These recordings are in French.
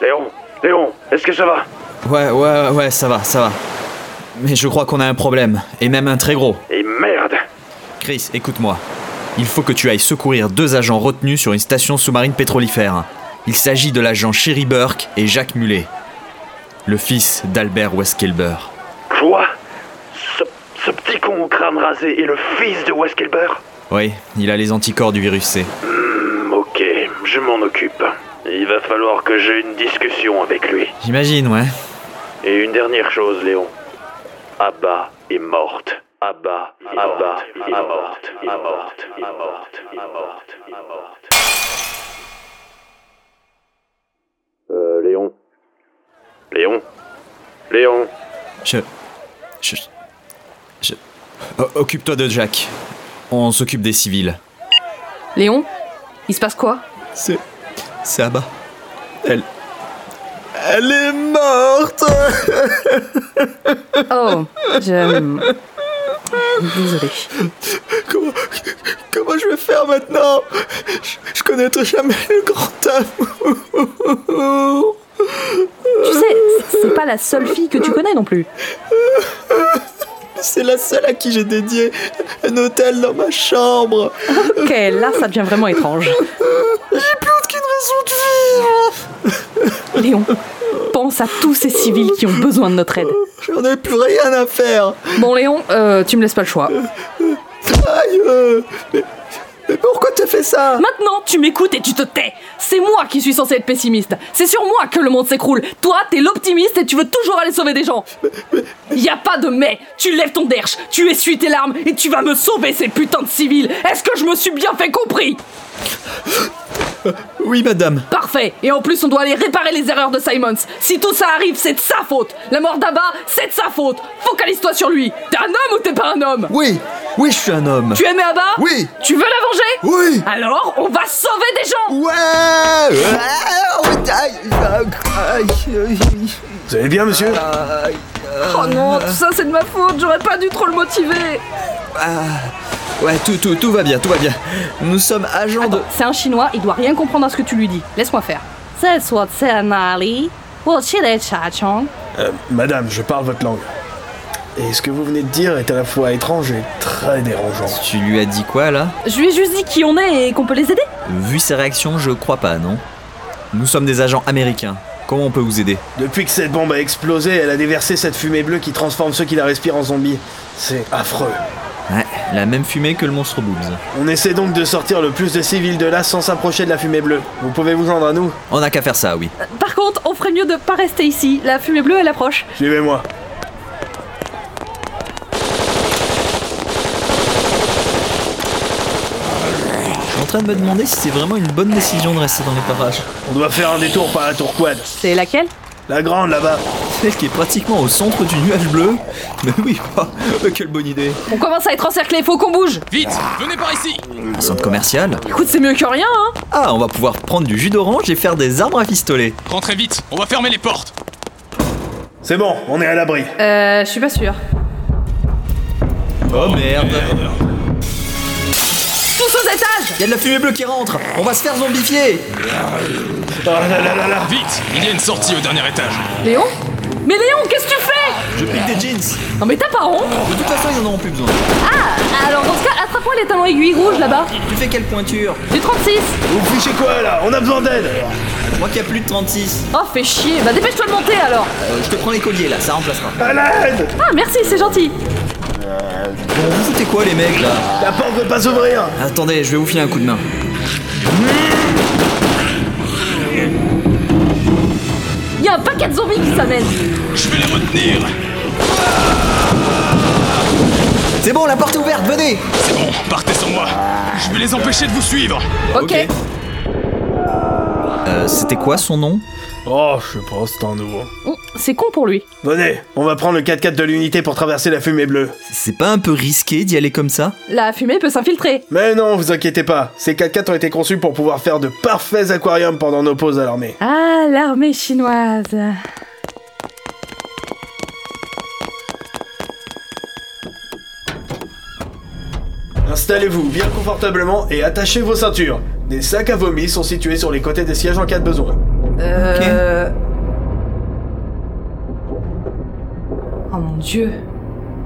Léon, Léon, est-ce que ça va Ouais, ouais, ouais, ça va, ça va. Mais je crois qu'on a un problème, et même un très gros. Et Eh, merde Chris, écoute-moi. Il faut que tu ailles secourir deux agents retenus sur une station sous-marine pétrolifère. Il s'agit de l'agent Sherry Burke et Jacques Mulet, le fils d'Albert Weskelber. Quoi ce, ce petit con au crâne rasé est le fils de Weskelber Oui, il a les anticorps du virus C. Hmm, Ok, je m'en occupe. Il va falloir que j'ai une discussion avec lui. J'imagine, ouais. Et une dernière chose, Léon. Abba est morte. Abba, Abba est morte. Est morte. Est morte. Est morte. Est morte. Euh, Léon. Léon. Léon. Je. Je. je- O- Occupe-toi de Jack. On s'occupe des civils. Léon Il se passe quoi C'est. C'est Abba. Elle. Elle est morte Oh, je. Désolée. Comment. Comment je vais faire maintenant je, je connaîtrai jamais le grand amour. Tu sais, c'est pas la seule fille que tu connais non plus. C'est la seule à qui j'ai dédié un hôtel dans ma chambre. Ok, là, ça devient vraiment étrange. Aucune raison de vivre. Léon, pense à tous ces civils qui ont besoin de notre aide. J'en ai plus rien à faire. Bon, Léon, euh, tu me laisses pas le choix. Aïe. euh, Mais, mais pourquoi t'as fait ça Maintenant, tu m'écoutes et tu te tais. C'est moi qui suis censé être pessimiste. C'est sur moi que le monde s'écroule. Toi, t'es l'optimiste et tu veux toujours aller sauver des gens. Y a pas de mais. Tu lèves ton derche, tu essuies tes larmes et tu vas me sauver ces putains de civils. Est-ce que je me suis bien fait compris Oui, madame. Parfait. Et en plus, on doit aller réparer les erreurs de Simons. Si tout ça arrive, c'est de sa faute. La mort d'Abba, c'est de sa faute. Focalise-toi sur lui. T'es un homme ou t'es pas un homme Oui, oui, je suis un homme. Tu aimais Abba Oui. Tu veux la venger Oui. Alors, on va sauver des gens Ouais. Vous allez bien, monsieur Oh non, tout ça c'est de ma faute, j'aurais pas dû trop le motiver. Ouais, tout, tout, tout va bien, tout va bien. Nous sommes agents de. C'est un chinois, il doit rien comprendre à ce que tu lui dis. Laisse-moi faire. Euh, Madame, je parle votre langue. Et ce que vous venez de dire est à la fois étrange et très dérangeant. Tu lui as dit quoi là Je lui ai juste dit qui on est et qu'on peut les aider. Vu ses réactions, je crois pas, non Nous sommes des agents américains. Comment on peut vous aider Depuis que cette bombe a explosé, elle a déversé cette fumée bleue qui transforme ceux qui la respirent en zombies. C'est affreux. Ouais, la même fumée que le monstre Boobs. On essaie donc de sortir le plus de civils de là sans s'approcher de la fumée bleue. Vous pouvez vous joindre à nous On n'a qu'à faire ça, oui. Par contre, on ferait mieux de pas rester ici. La fumée bleue, elle approche. Suivez-moi. Je suis en train de me demander si c'est vraiment une bonne décision de rester dans les parages. On doit faire un détour par la tour quad. C'est laquelle La grande là-bas. Celle qui est pratiquement au centre du nuage bleu. Mais oui, quoi Euh, Quelle bonne idée. On commence à être encerclé, faut qu'on bouge. Vite, venez par ici Un centre commercial Écoute, c'est mieux que rien, hein. Ah, on va pouvoir prendre du jus d'orange et faire des arbres à fistolet. Rentrez vite, on va fermer les portes C'est bon, on est à l'abri. Euh, je suis pas sûre. Oh merde Tous aux étages Il y a de la fumée bleue qui rentre On va se faire zombifier Oh là là là là. Vite, il y a une sortie au dernier étage. Léon Mais Léon, qu'est-ce que tu fais Je pique des jeans Non mais t'as pas honte De toute façon, ils en auront plus besoin. Alors dans ce cas, attrape-moi les talons aiguilles rouges là-bas. Tu fais quelle pointure Du 36 Vous fichez quoi là On a besoin d'aide. Moi qui a plus de 36. Oh, fais chier. Bah dépêche-toi de monter alors. Euh, je te prends les colliers là, ça remplacera. À l'aide Ah, merci, c'est gentil. Bon, Euh, vous foutez quoi les mecs là La porte veut pas s'ouvrir. Attendez, je vais vous filer un coup de main. Y a un paquet de zombies qui s'amènent. Je vais les retenir C'est bon, la porte est ouverte, venez C'est bon, partez sans moi Je vais les empêcher de vous suivre ok. Euh, c'était quoi son nom Oh, je sais pas, c'est un nouveau. Oh, C'est con pour lui. Venez, on va prendre le 4x4 de l'unité pour traverser la fumée bleue. C'est pas un peu risqué d'y aller comme ça La fumée peut s'infiltrer. Mais non, vous inquiétez pas, ces 4x4 ont été conçus pour pouvoir faire de parfaits aquariums pendant nos pauses à l'armée. Ah, l'armée chinoise. Installez-vous bien confortablement et attachez vos ceintures. Des sacs à vomi sont situés sur les côtés des sièges en cas de besoin. Euh... Oh mon dieu.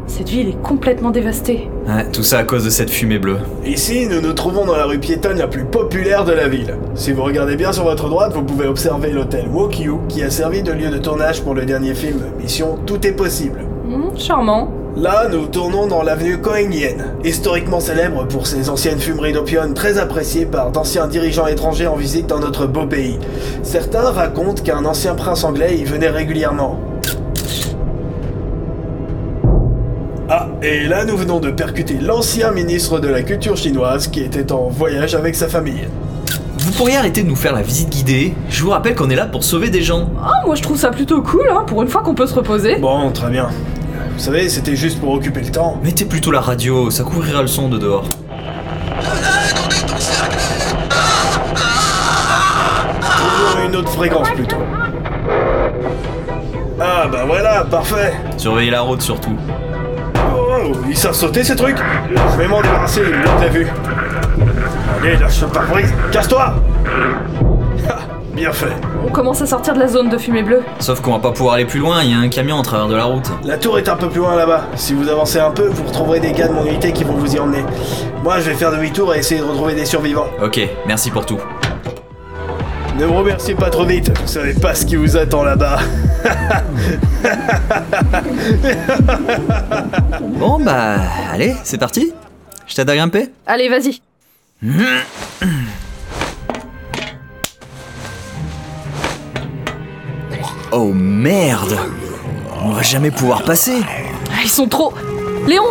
Cette ville est complètement dévastée. Ouais, Ah, tout ça à cause de cette fumée bleue. Ici, nous nous trouvons dans la rue piétonne la plus populaire de la ville. Si vous regardez bien sur votre droite, vous pouvez observer l'hôtel Wokyu, qui a servi de lieu de tournage pour le dernier film Mission Tout est possible. Hmm, charmant. Là, nous tournons dans l'avenue Kohen Yen, historiquement célèbre pour ses anciennes fumeries d'opium très appréciées par d'anciens dirigeants étrangers en visite dans notre beau pays. Certains racontent qu'un ancien prince anglais y venait régulièrement. Ah, et là nous venons de percuter l'ancien ministre de la culture chinoise qui était en voyage avec sa famille. Vous pourriez arrêter de nous faire la visite guidée Je vous rappelle qu'on est là pour sauver des gens. Ah, moi je trouve ça plutôt cool, hein, pour une fois qu'on peut se reposer. Bon, très bien. Vous savez, c'était juste pour occuper le temps. Mettez plutôt la radio, ça couvrira le son de dehors. Trouvons une autre fréquence plutôt. Ah bah voilà, parfait. Surveillez la route surtout. Oh, ils savent sauter ces trucs Je vais m'en débarrasser, ils l'ont déjà vu. Allez, lâche ce pare-brise, casse-toi Ha, Bien fait. On commence à sortir de la zone de fumée bleue. Sauf qu'on va pas pouvoir aller plus loin, il y a un camion en travers de la route. La tour est un peu plus loin là-bas. Si vous avancez un peu, vous retrouverez des gars de mon unité qui vont vous y emmener. Moi, je vais faire demi-tour et essayer de retrouver des survivants. Ok, merci pour tout. Ne me remerciez pas trop vite, vous savez pas ce qui vous attend là-bas. Bon bah, allez, c'est parti Je t'aide à grimper Allez, vas-y. Oh merde On va jamais pouvoir passer Ah, Ils sont trop. Léon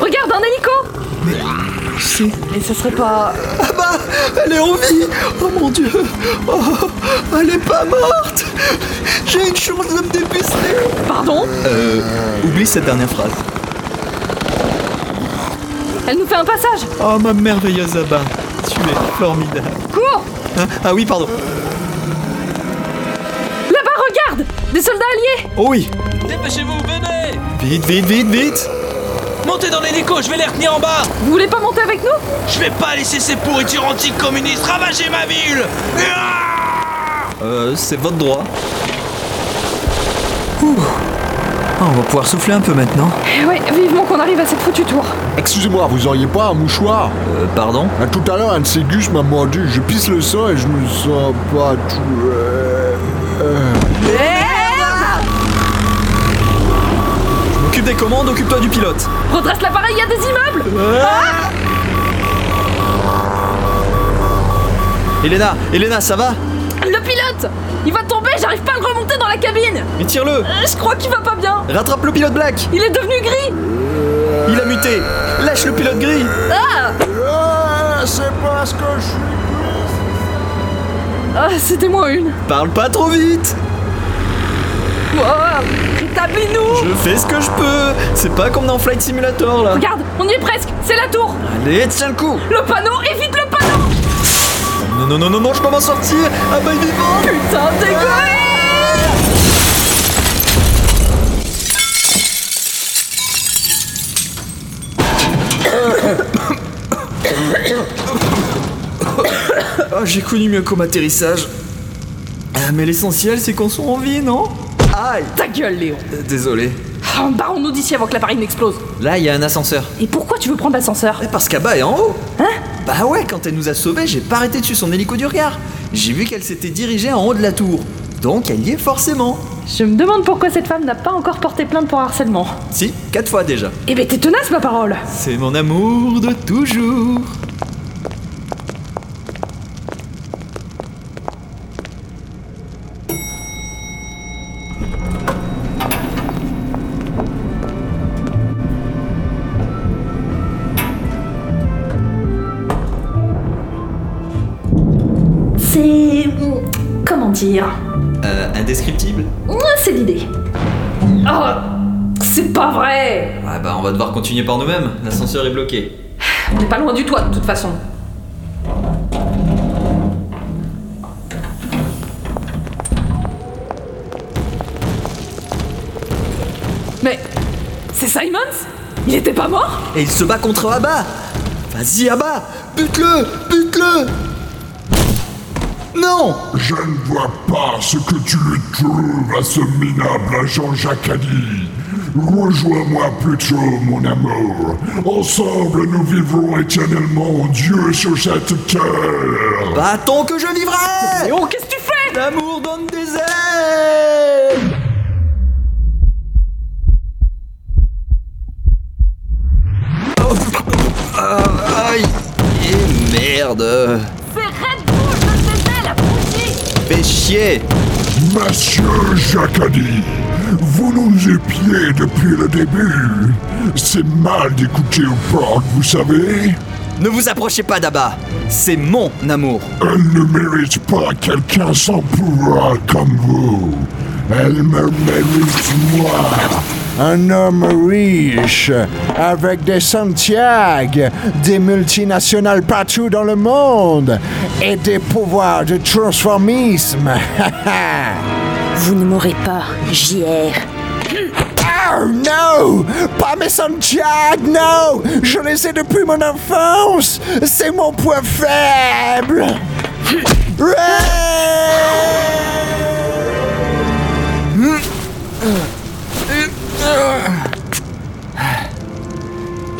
Regarde, un hélico Et ça serait pas. Elle est en vie Oh mon dieu Oh, Elle est pas morte J'ai une chance de me dépister Pardon Euh, oublie cette dernière phrase. Elle nous fait un passage Oh ma merveilleuse Abba Tu es formidable Cours Hein Ah oui, pardon Là-bas, regarde Des soldats alliés Oh oui Dépêchez-vous, venez Vite, vite, vite, vite Montez dans l'hélico, je vais les retenir en bas Vous voulez pas monter avec nous Je vais pas laisser ces pourritures anticommunistes ravager ma ville Euh, c'est votre droit. Ouh. Ah, on va pouvoir souffler un peu maintenant. Eh Ouais, vivement qu'on arrive à cette foutue tour. Excusez-moi, vous auriez pas un mouchoir Euh, pardon Ah, Tout à l'heure, un de ces gus m'a mordu. Je pisse le sang et je me sens pas tout. euh, euh. Occupe des commandes, occupe-toi du pilote. Redresse l'appareil, il y a des immeubles Elena, Elena, ça va Le pilote Il va tomber, j'arrive pas à le remonter dans la cabine Mais tire-le Euh, Je crois qu'il va pas bien Rattrape le pilote Black Il est devenu gris Il a muté Lâche le pilote gris Ah Ah, c'est parce que je suis. Ah, c'était moi une Parle pas trop vite Wow Rétablis-nous Je fais ce que je peux C'est pas comme dans Flight Simulator là Regarde, on y est presque C'est la tour Allez, tiens le coup Le panneau Évite le panneau Non, non, non, non, non, je peux m'en sortir Ah bah vivant Putain, dégueulasse Ah, j'ai connu mieux comme atterrissage. Ah, mais l'essentiel, c'est qu'on soit en vie, non Aïe Ta gueule, Léon Euh, Désolé. Ah, Barrons-nous d'ici avant que l'appareil n'explose Là, il y a un ascenseur. Et pourquoi tu veux prendre l'ascenseur Eh, parce qu'Abba est en haut Hein Bah ouais, quand elle nous a sauvés, j'ai pas arrêté dessus son hélico du regard. J'ai vu qu'elle s'était dirigée en haut de la tour. Donc, elle y est forcément. Je me demande pourquoi cette femme n'a pas encore porté plainte pour harcèlement. Si, quatre fois déjà. Eh ben t'es tenace, ma parole C'est mon amour de toujours. C'est. Comment dire Euh, indescriptible C'est l'idée. Oh, C'est pas vrai Ah bah, on va devoir continuer par nous-mêmes. L'ascenseur est bloqué. On est pas loin du toit, de toute façon. Mais... C'est Simons Il était pas mort Et il se bat contre Abba Vas-y, Abba Bute-le Bute-le Non Je ne vois pas ce que tu lui trouves à ce minable agent Jacadi. Rejoins-moi plutôt, mon amour. Ensemble, nous vivrons éternellement, Dieu sur cette terre. Bah attends que je vivrai Et oh, qu'est-ce que tu fais L'amour donne des ailes Oh, Oh, ah, Aïe Et merde C'est Red Bull, je te sais, la bougie Fais chier Monsieur Jacadi, vous nous épiez depuis le début. C'est mal d'écouter aux portes, vous savez. Ne vous approchez pas d'Abba C'est mon amour Elle ne mérite pas quelqu'un sans pouvoir comme vous. Elle me mérite moi. Un homme riche, avec des Santiago, des multinationales partout dans le monde et des pouvoirs de transformisme. Vous ne mourrez pas, JR. oh non Pas mes Santiago, non Je les ai depuis mon enfance C'est mon point faible Ouais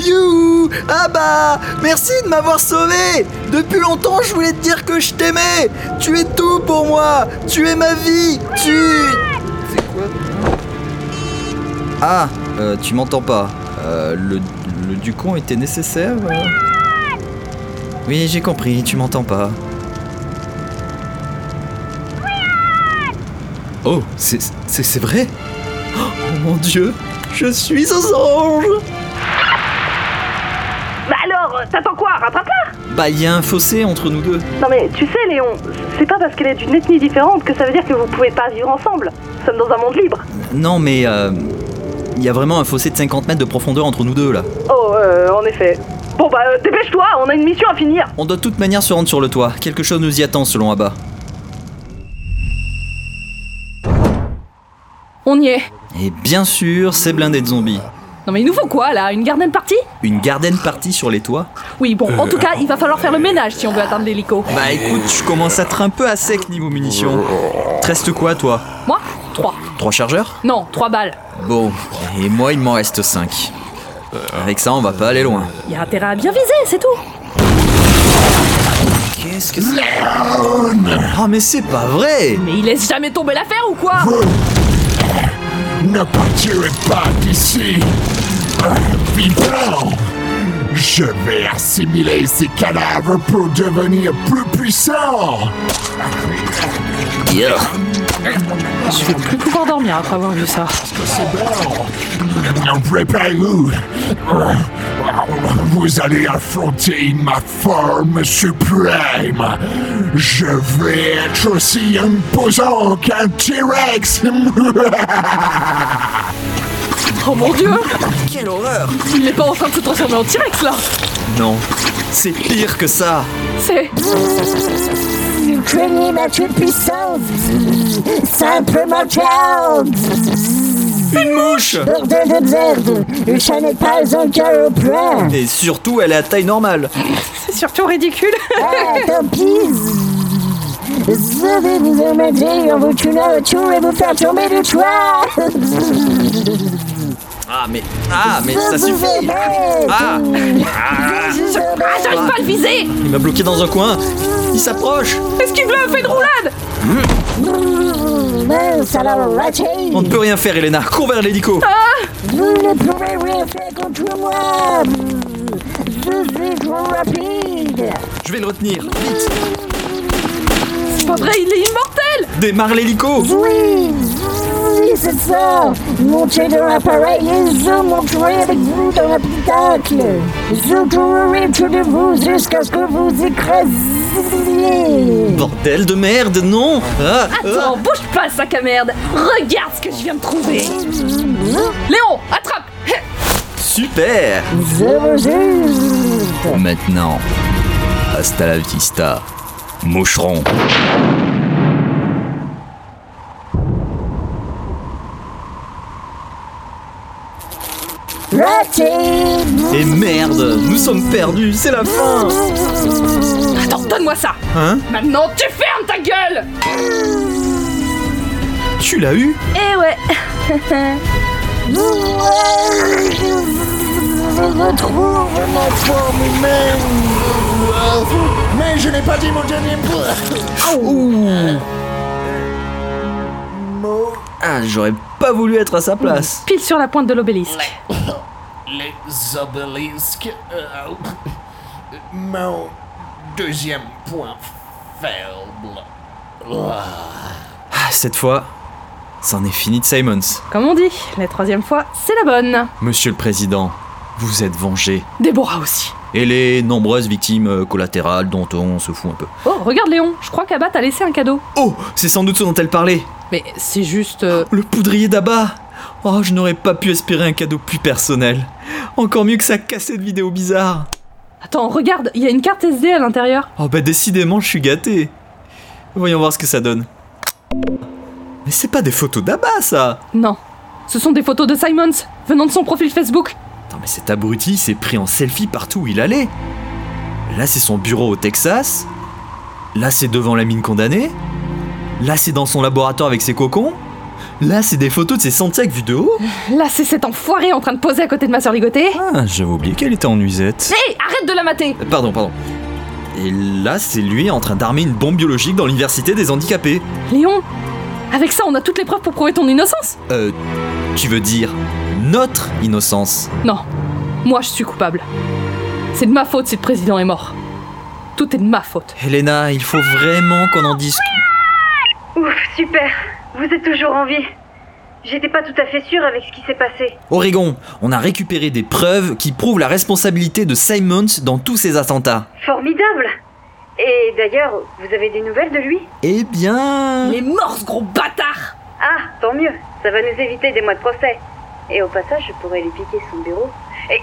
You Ah bah Merci de m'avoir sauvé Depuis longtemps, je voulais te dire que je t'aimais Tu es tout pour moi Tu es ma vie Tu... C'est quoi Ah euh, Tu m'entends pas. Euh, le, le Ducon était nécessaire euh Oui, j'ai compris, tu m'entends pas. Oh, c'est c'est- c'est vrai Oh mon dieu Je suis aux anges Bah alors, euh, t'attends quoi Rattrape-la Bah, il y a un fossé entre nous deux. Non mais tu sais, Léon, c'est pas parce qu'elle est d'une ethnie différente que ça veut dire que vous pouvez pas vivre ensemble. Nous sommes dans un monde libre. Non, mais. euh, Il y a vraiment un fossé de 50 mètres de profondeur entre nous deux là. Oh, euh, en effet. Bon bah, euh, dépêche-toi, on a une mission à finir On doit de toute manière se rendre sur le toit. Quelque chose nous y attend selon Abba. On y est. Et bien sûr, c'est blindé de zombies. Non mais il nous faut quoi là Une garden party Une garden party sur les toits Oui, bon, en tout cas, il va falloir faire le ménage si on veut atteindre l'hélico. Bah écoute, je commence à être un peu à sec niveau munitions. Te reste quoi toi Moi Trois. Trois chargeurs Non, trois balles. Bon, et moi il m'en reste 5. Avec ça, on va pas aller loin. Il y a intérêt à bien viser, c'est tout. Qu'est-ce que c'est Oh mais c'est pas vrai Mais il laisse jamais tomber l'affaire ou quoi Ne partirez pas d'ici. Ah, Vivant. Je vais assimiler ces cadavres pour devenir plus puissant. Je vais plus pouvoir dormir après avoir vu ça. Préparez-vous. Vous allez affronter ma forme suprême. Je vais être aussi imposant qu'un T-Rex. Oh mon dieu Quelle horreur Il est pas en train de se transformer en T-Rex là Non, c'est pire que ça C'est. Craignez ma toute-puissance Simplement ciao Une mouche Bordel de merde Je n'ai pas encore au plan Et surtout, elle est à taille normale C'est surtout ridicule Ah, tant pis Je vais vous emmerder en vous tuant autour et vous faire tomber du toit Ah mais... Ah mais ça Vous suffit aimez Ah Ah, j'arrive pas à le viser Il m'a bloqué dans un coin Il s'approche Esquive-le, fais une roulade Mince, alors raté On ne peut rien faire, Elena Cours vers l'hélico Vous ne pouvez rien faire contre moi Je suis trop rapide Je vais le retenir Vite C'est pas vrai, il est immortel Démarre l'hélico Oui, oui, c'est ça. Montez dans l'appareil et je monterai avec vous dans l'habitacle. Je courrai autour de vous jusqu'à ce que vous écrasiez. Bordel de merde, non Ah, Attends, bouge pas, sac à merde Regarde ce que je viens de trouver Léon, attrape ah, Super Je vous jure. Maintenant, hasta la vista, moucheron Raté. Et merde Nous sommes perdus, c'est la fin Attends, donne-moi ça Hein Maintenant, tu fermes ta gueule Tu l'as eu Eh ouais Je retrouve ma forme humaine. Mais je n'ai pas dit mon dernier mot. Ah, j'aurais pas voulu être à sa place. Pile sur la pointe de l'obélisque. Les obélisques. euh, mon deuxième point faible. Ah, Cette fois, c'en est fini de Simons. Comme on dit, la troisième fois, c'est la bonne. Monsieur le Président, vous êtes vengé. Déborah aussi. Et les nombreuses victimes euh, collatérales dont on se fout un peu. Oh, regarde Léon, je crois qu'Abba t'a laissé un cadeau. Oh, c'est sans doute ce dont elle parlait. Mais c'est juste... euh, Le poudrier d'abat Oh, je n'aurais pas pu espérer un cadeau plus personnel. Encore mieux que sa cassette vidéo bizarre. Attends, regarde, il y a une carte SD à l'intérieur. Oh bah décidément, je suis gâté. Voyons voir ce que ça donne. Mais c'est pas des photos d'abat ça Non, ce sont des photos de Simons, venant de son profil Facebook. Attends, mais cet abruti s'est pris en selfie partout où il allait. Là, c'est son bureau au Texas. Là, c'est devant la mine condamnée. Là, c'est dans son laboratoire avec ses cocons. Là, c'est des photos de ses Santiago vues de haut. Là, c'est cet enfoiré en train de poser à côté de ma sœur ligotée. Ah, j'avais oublié qu'elle était en nuisette. Hé, arrête de la mater Euh, Pardon, pardon. Et là, c'est lui en train d'armer une bombe biologique dans l'université des handicapés. Léon, avec ça, on a toutes les preuves pour prouver ton innocence Euh, tu veux dire notre innocence Non, moi je suis coupable. C'est de ma faute si le président est mort. Tout est de ma faute. Helena, il faut vraiment qu'on en discute. Ouf, super. Vous êtes toujours en vie. J'étais pas tout à fait sûre avec ce qui s'est passé. Oregon, on a récupéré des preuves qui prouvent la responsabilité de Simons dans tous ces attentats. Formidable. Et d'ailleurs, vous avez des nouvelles de lui Eh bien... Il est mort, ce gros bâtard Ah, tant mieux. Ça va nous éviter des mois de procès. Et au passage, je pourrais lui piquer son bureau.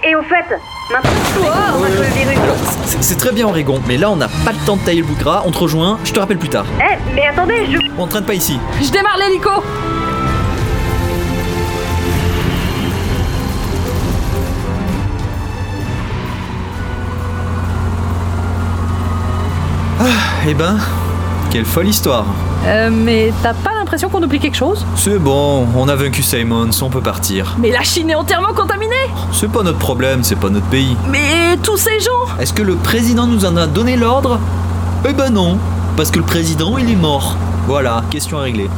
Et, et au fait, maintenant, c'est pour combattre le virus. C'est- C'est très bien Oregon, mais là on n'a pas le temps de tailler le bout gras, on te rejoint, je te rappelle plus tard. Eh, mais attendez, je... On traîne pas ici. Je démarre l'hélico Eh ben, quelle folle histoire. Euh, mais t'as pas l'impression qu'on oublie quelque chose C'est bon, on a vaincu Simons, on peut partir. Mais la Chine est entièrement contaminée C'est pas notre problème, c'est pas notre pays. Mais tous ces gens Est-ce que le président nous en a donné l'ordre Eh ben non, parce que le président il est mort. Voilà, question à régler.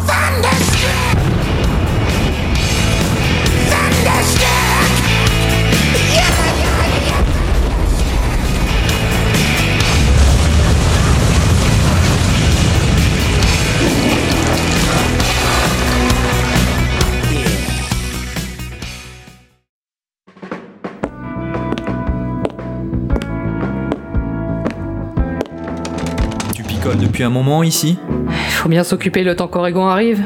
Tu picoles depuis un moment ici Faut bien s'occuper le temps qu'Oregon arrive.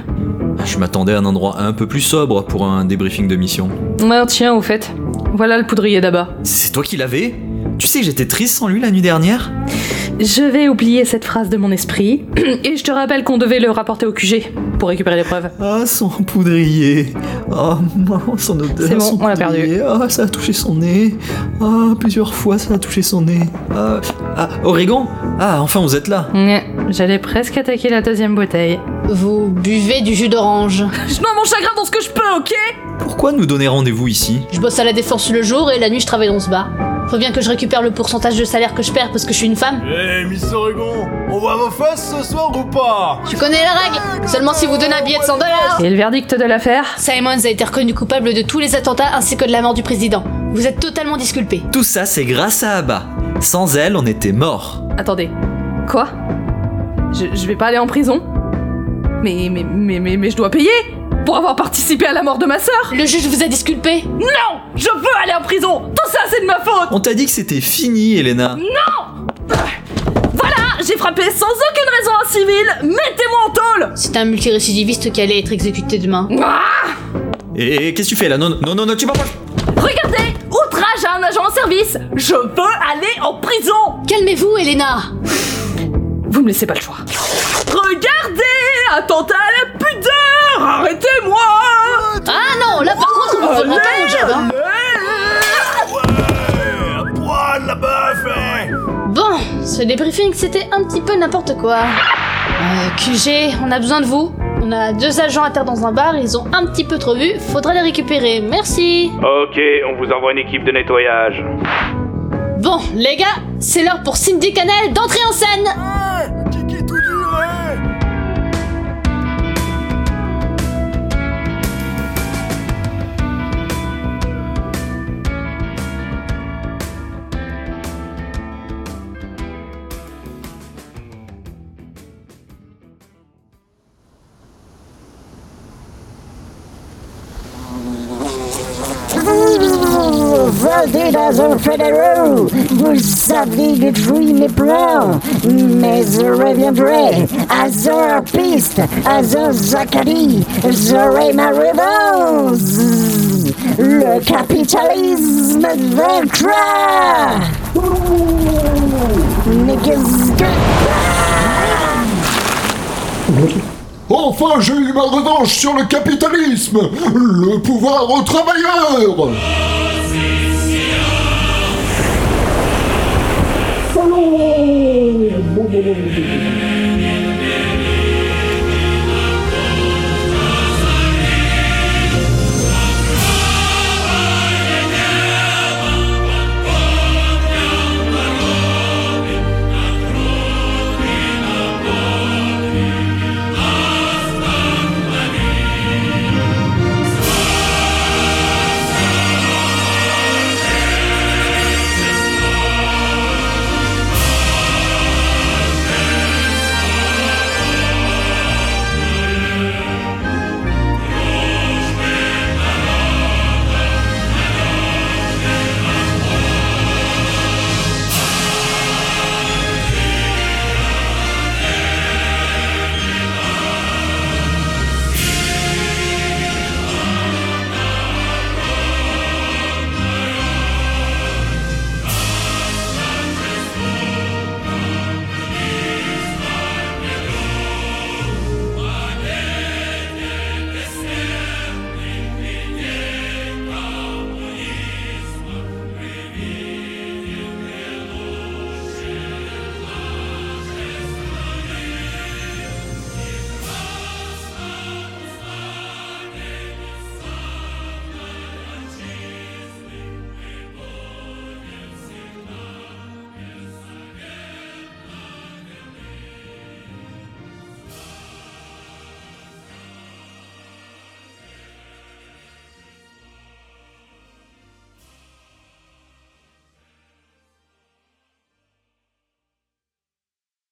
Ah, Je m'attendais à un endroit un peu plus sobre pour un débriefing de mission. Ah, tiens, au fait, voilà le poudrier d'abat. C'est toi qui l'avais Tu sais que j'étais triste sans lui la nuit dernière Je vais oublier cette phrase de mon esprit, et je te rappelle qu'on devait le rapporter au QG pour récupérer les preuves. Ah, son poudrier Oh, non, son odeur C'est bon, son on l'a perdu. poudrier. Ah, ça a touché son nez Ah, plusieurs fois ça a touché son nez Ah, ah, Oregon Ah, enfin vous êtes là Ouais, J'allais presque attaquer la deuxième bouteille. Vous buvez du jus d'orange. Je mets mon chagrin dans ce que je peux, ok Pourquoi nous donner rendez-vous ici Je bosse à la défense le jour et la nuit je travaille dans ce bar. Faut bien que je récupère le pourcentage de salaire que je perds parce que je suis une femme. Eh, Miss Oregon, on voit vos faces ce soir ou pas Tu connais la règle Seulement si vous donnez un billet de 100 dollars Et Ah. le verdict de l'affaire Simons a été reconnu coupable de tous les attentats ainsi que de la mort du président. Vous êtes totalement disculpé. Tout ça c'est grâce à Abba. Sans elle, on était morts. Attendez, quoi je, je vais pas aller en prison mais, mais, mais, mais, mais je dois payer Pour avoir participé à la mort de ma sœur Le juge vous a disculpé Non Je veux aller en prison Tout ça, c'est de ma faute On t'a dit que c'était fini, Elena. Non Voilà J'ai frappé sans aucune raison un civil Mettez-moi en tôle C'est un multirécidiviste qui allait être exécuté demain. Ah Et, et qu'est-ce que tu fais là Non, non, non, non, tu vas pas. Regardez Outrage à un agent en service Je veux aller en prison Calmez-vous, Elena Vous me laissez pas le choix. Regardez Attentat à la pudeur Arrêtez-moi Ah non, là par contre, on vous Allez, prend pas au job, hein. allez Ouais, à poil la bœuf, eh Bon, ce débriefing, c'était un petit peu n'importe quoi. Euh, QG, on a besoin de vous. On a deux agents à terre dans un bar, ils ont un petit peu trop bu, faudra les récupérer, merci. Ok, on vous envoie une équipe de nettoyage. Bon, les gars, c'est l'heure pour Cindy Canel d'entrer en scène Voter dans un fédéraux, vous savez que je suis mes plans, mais je reviendrai à leur piste, à leur Zachary, j'aurai ma revanche. Le capitalisme vaincra. Mais qu'est-ce que... Enfin, j'ai eu ma revanche sur le capitalisme Le pouvoir aux travailleurs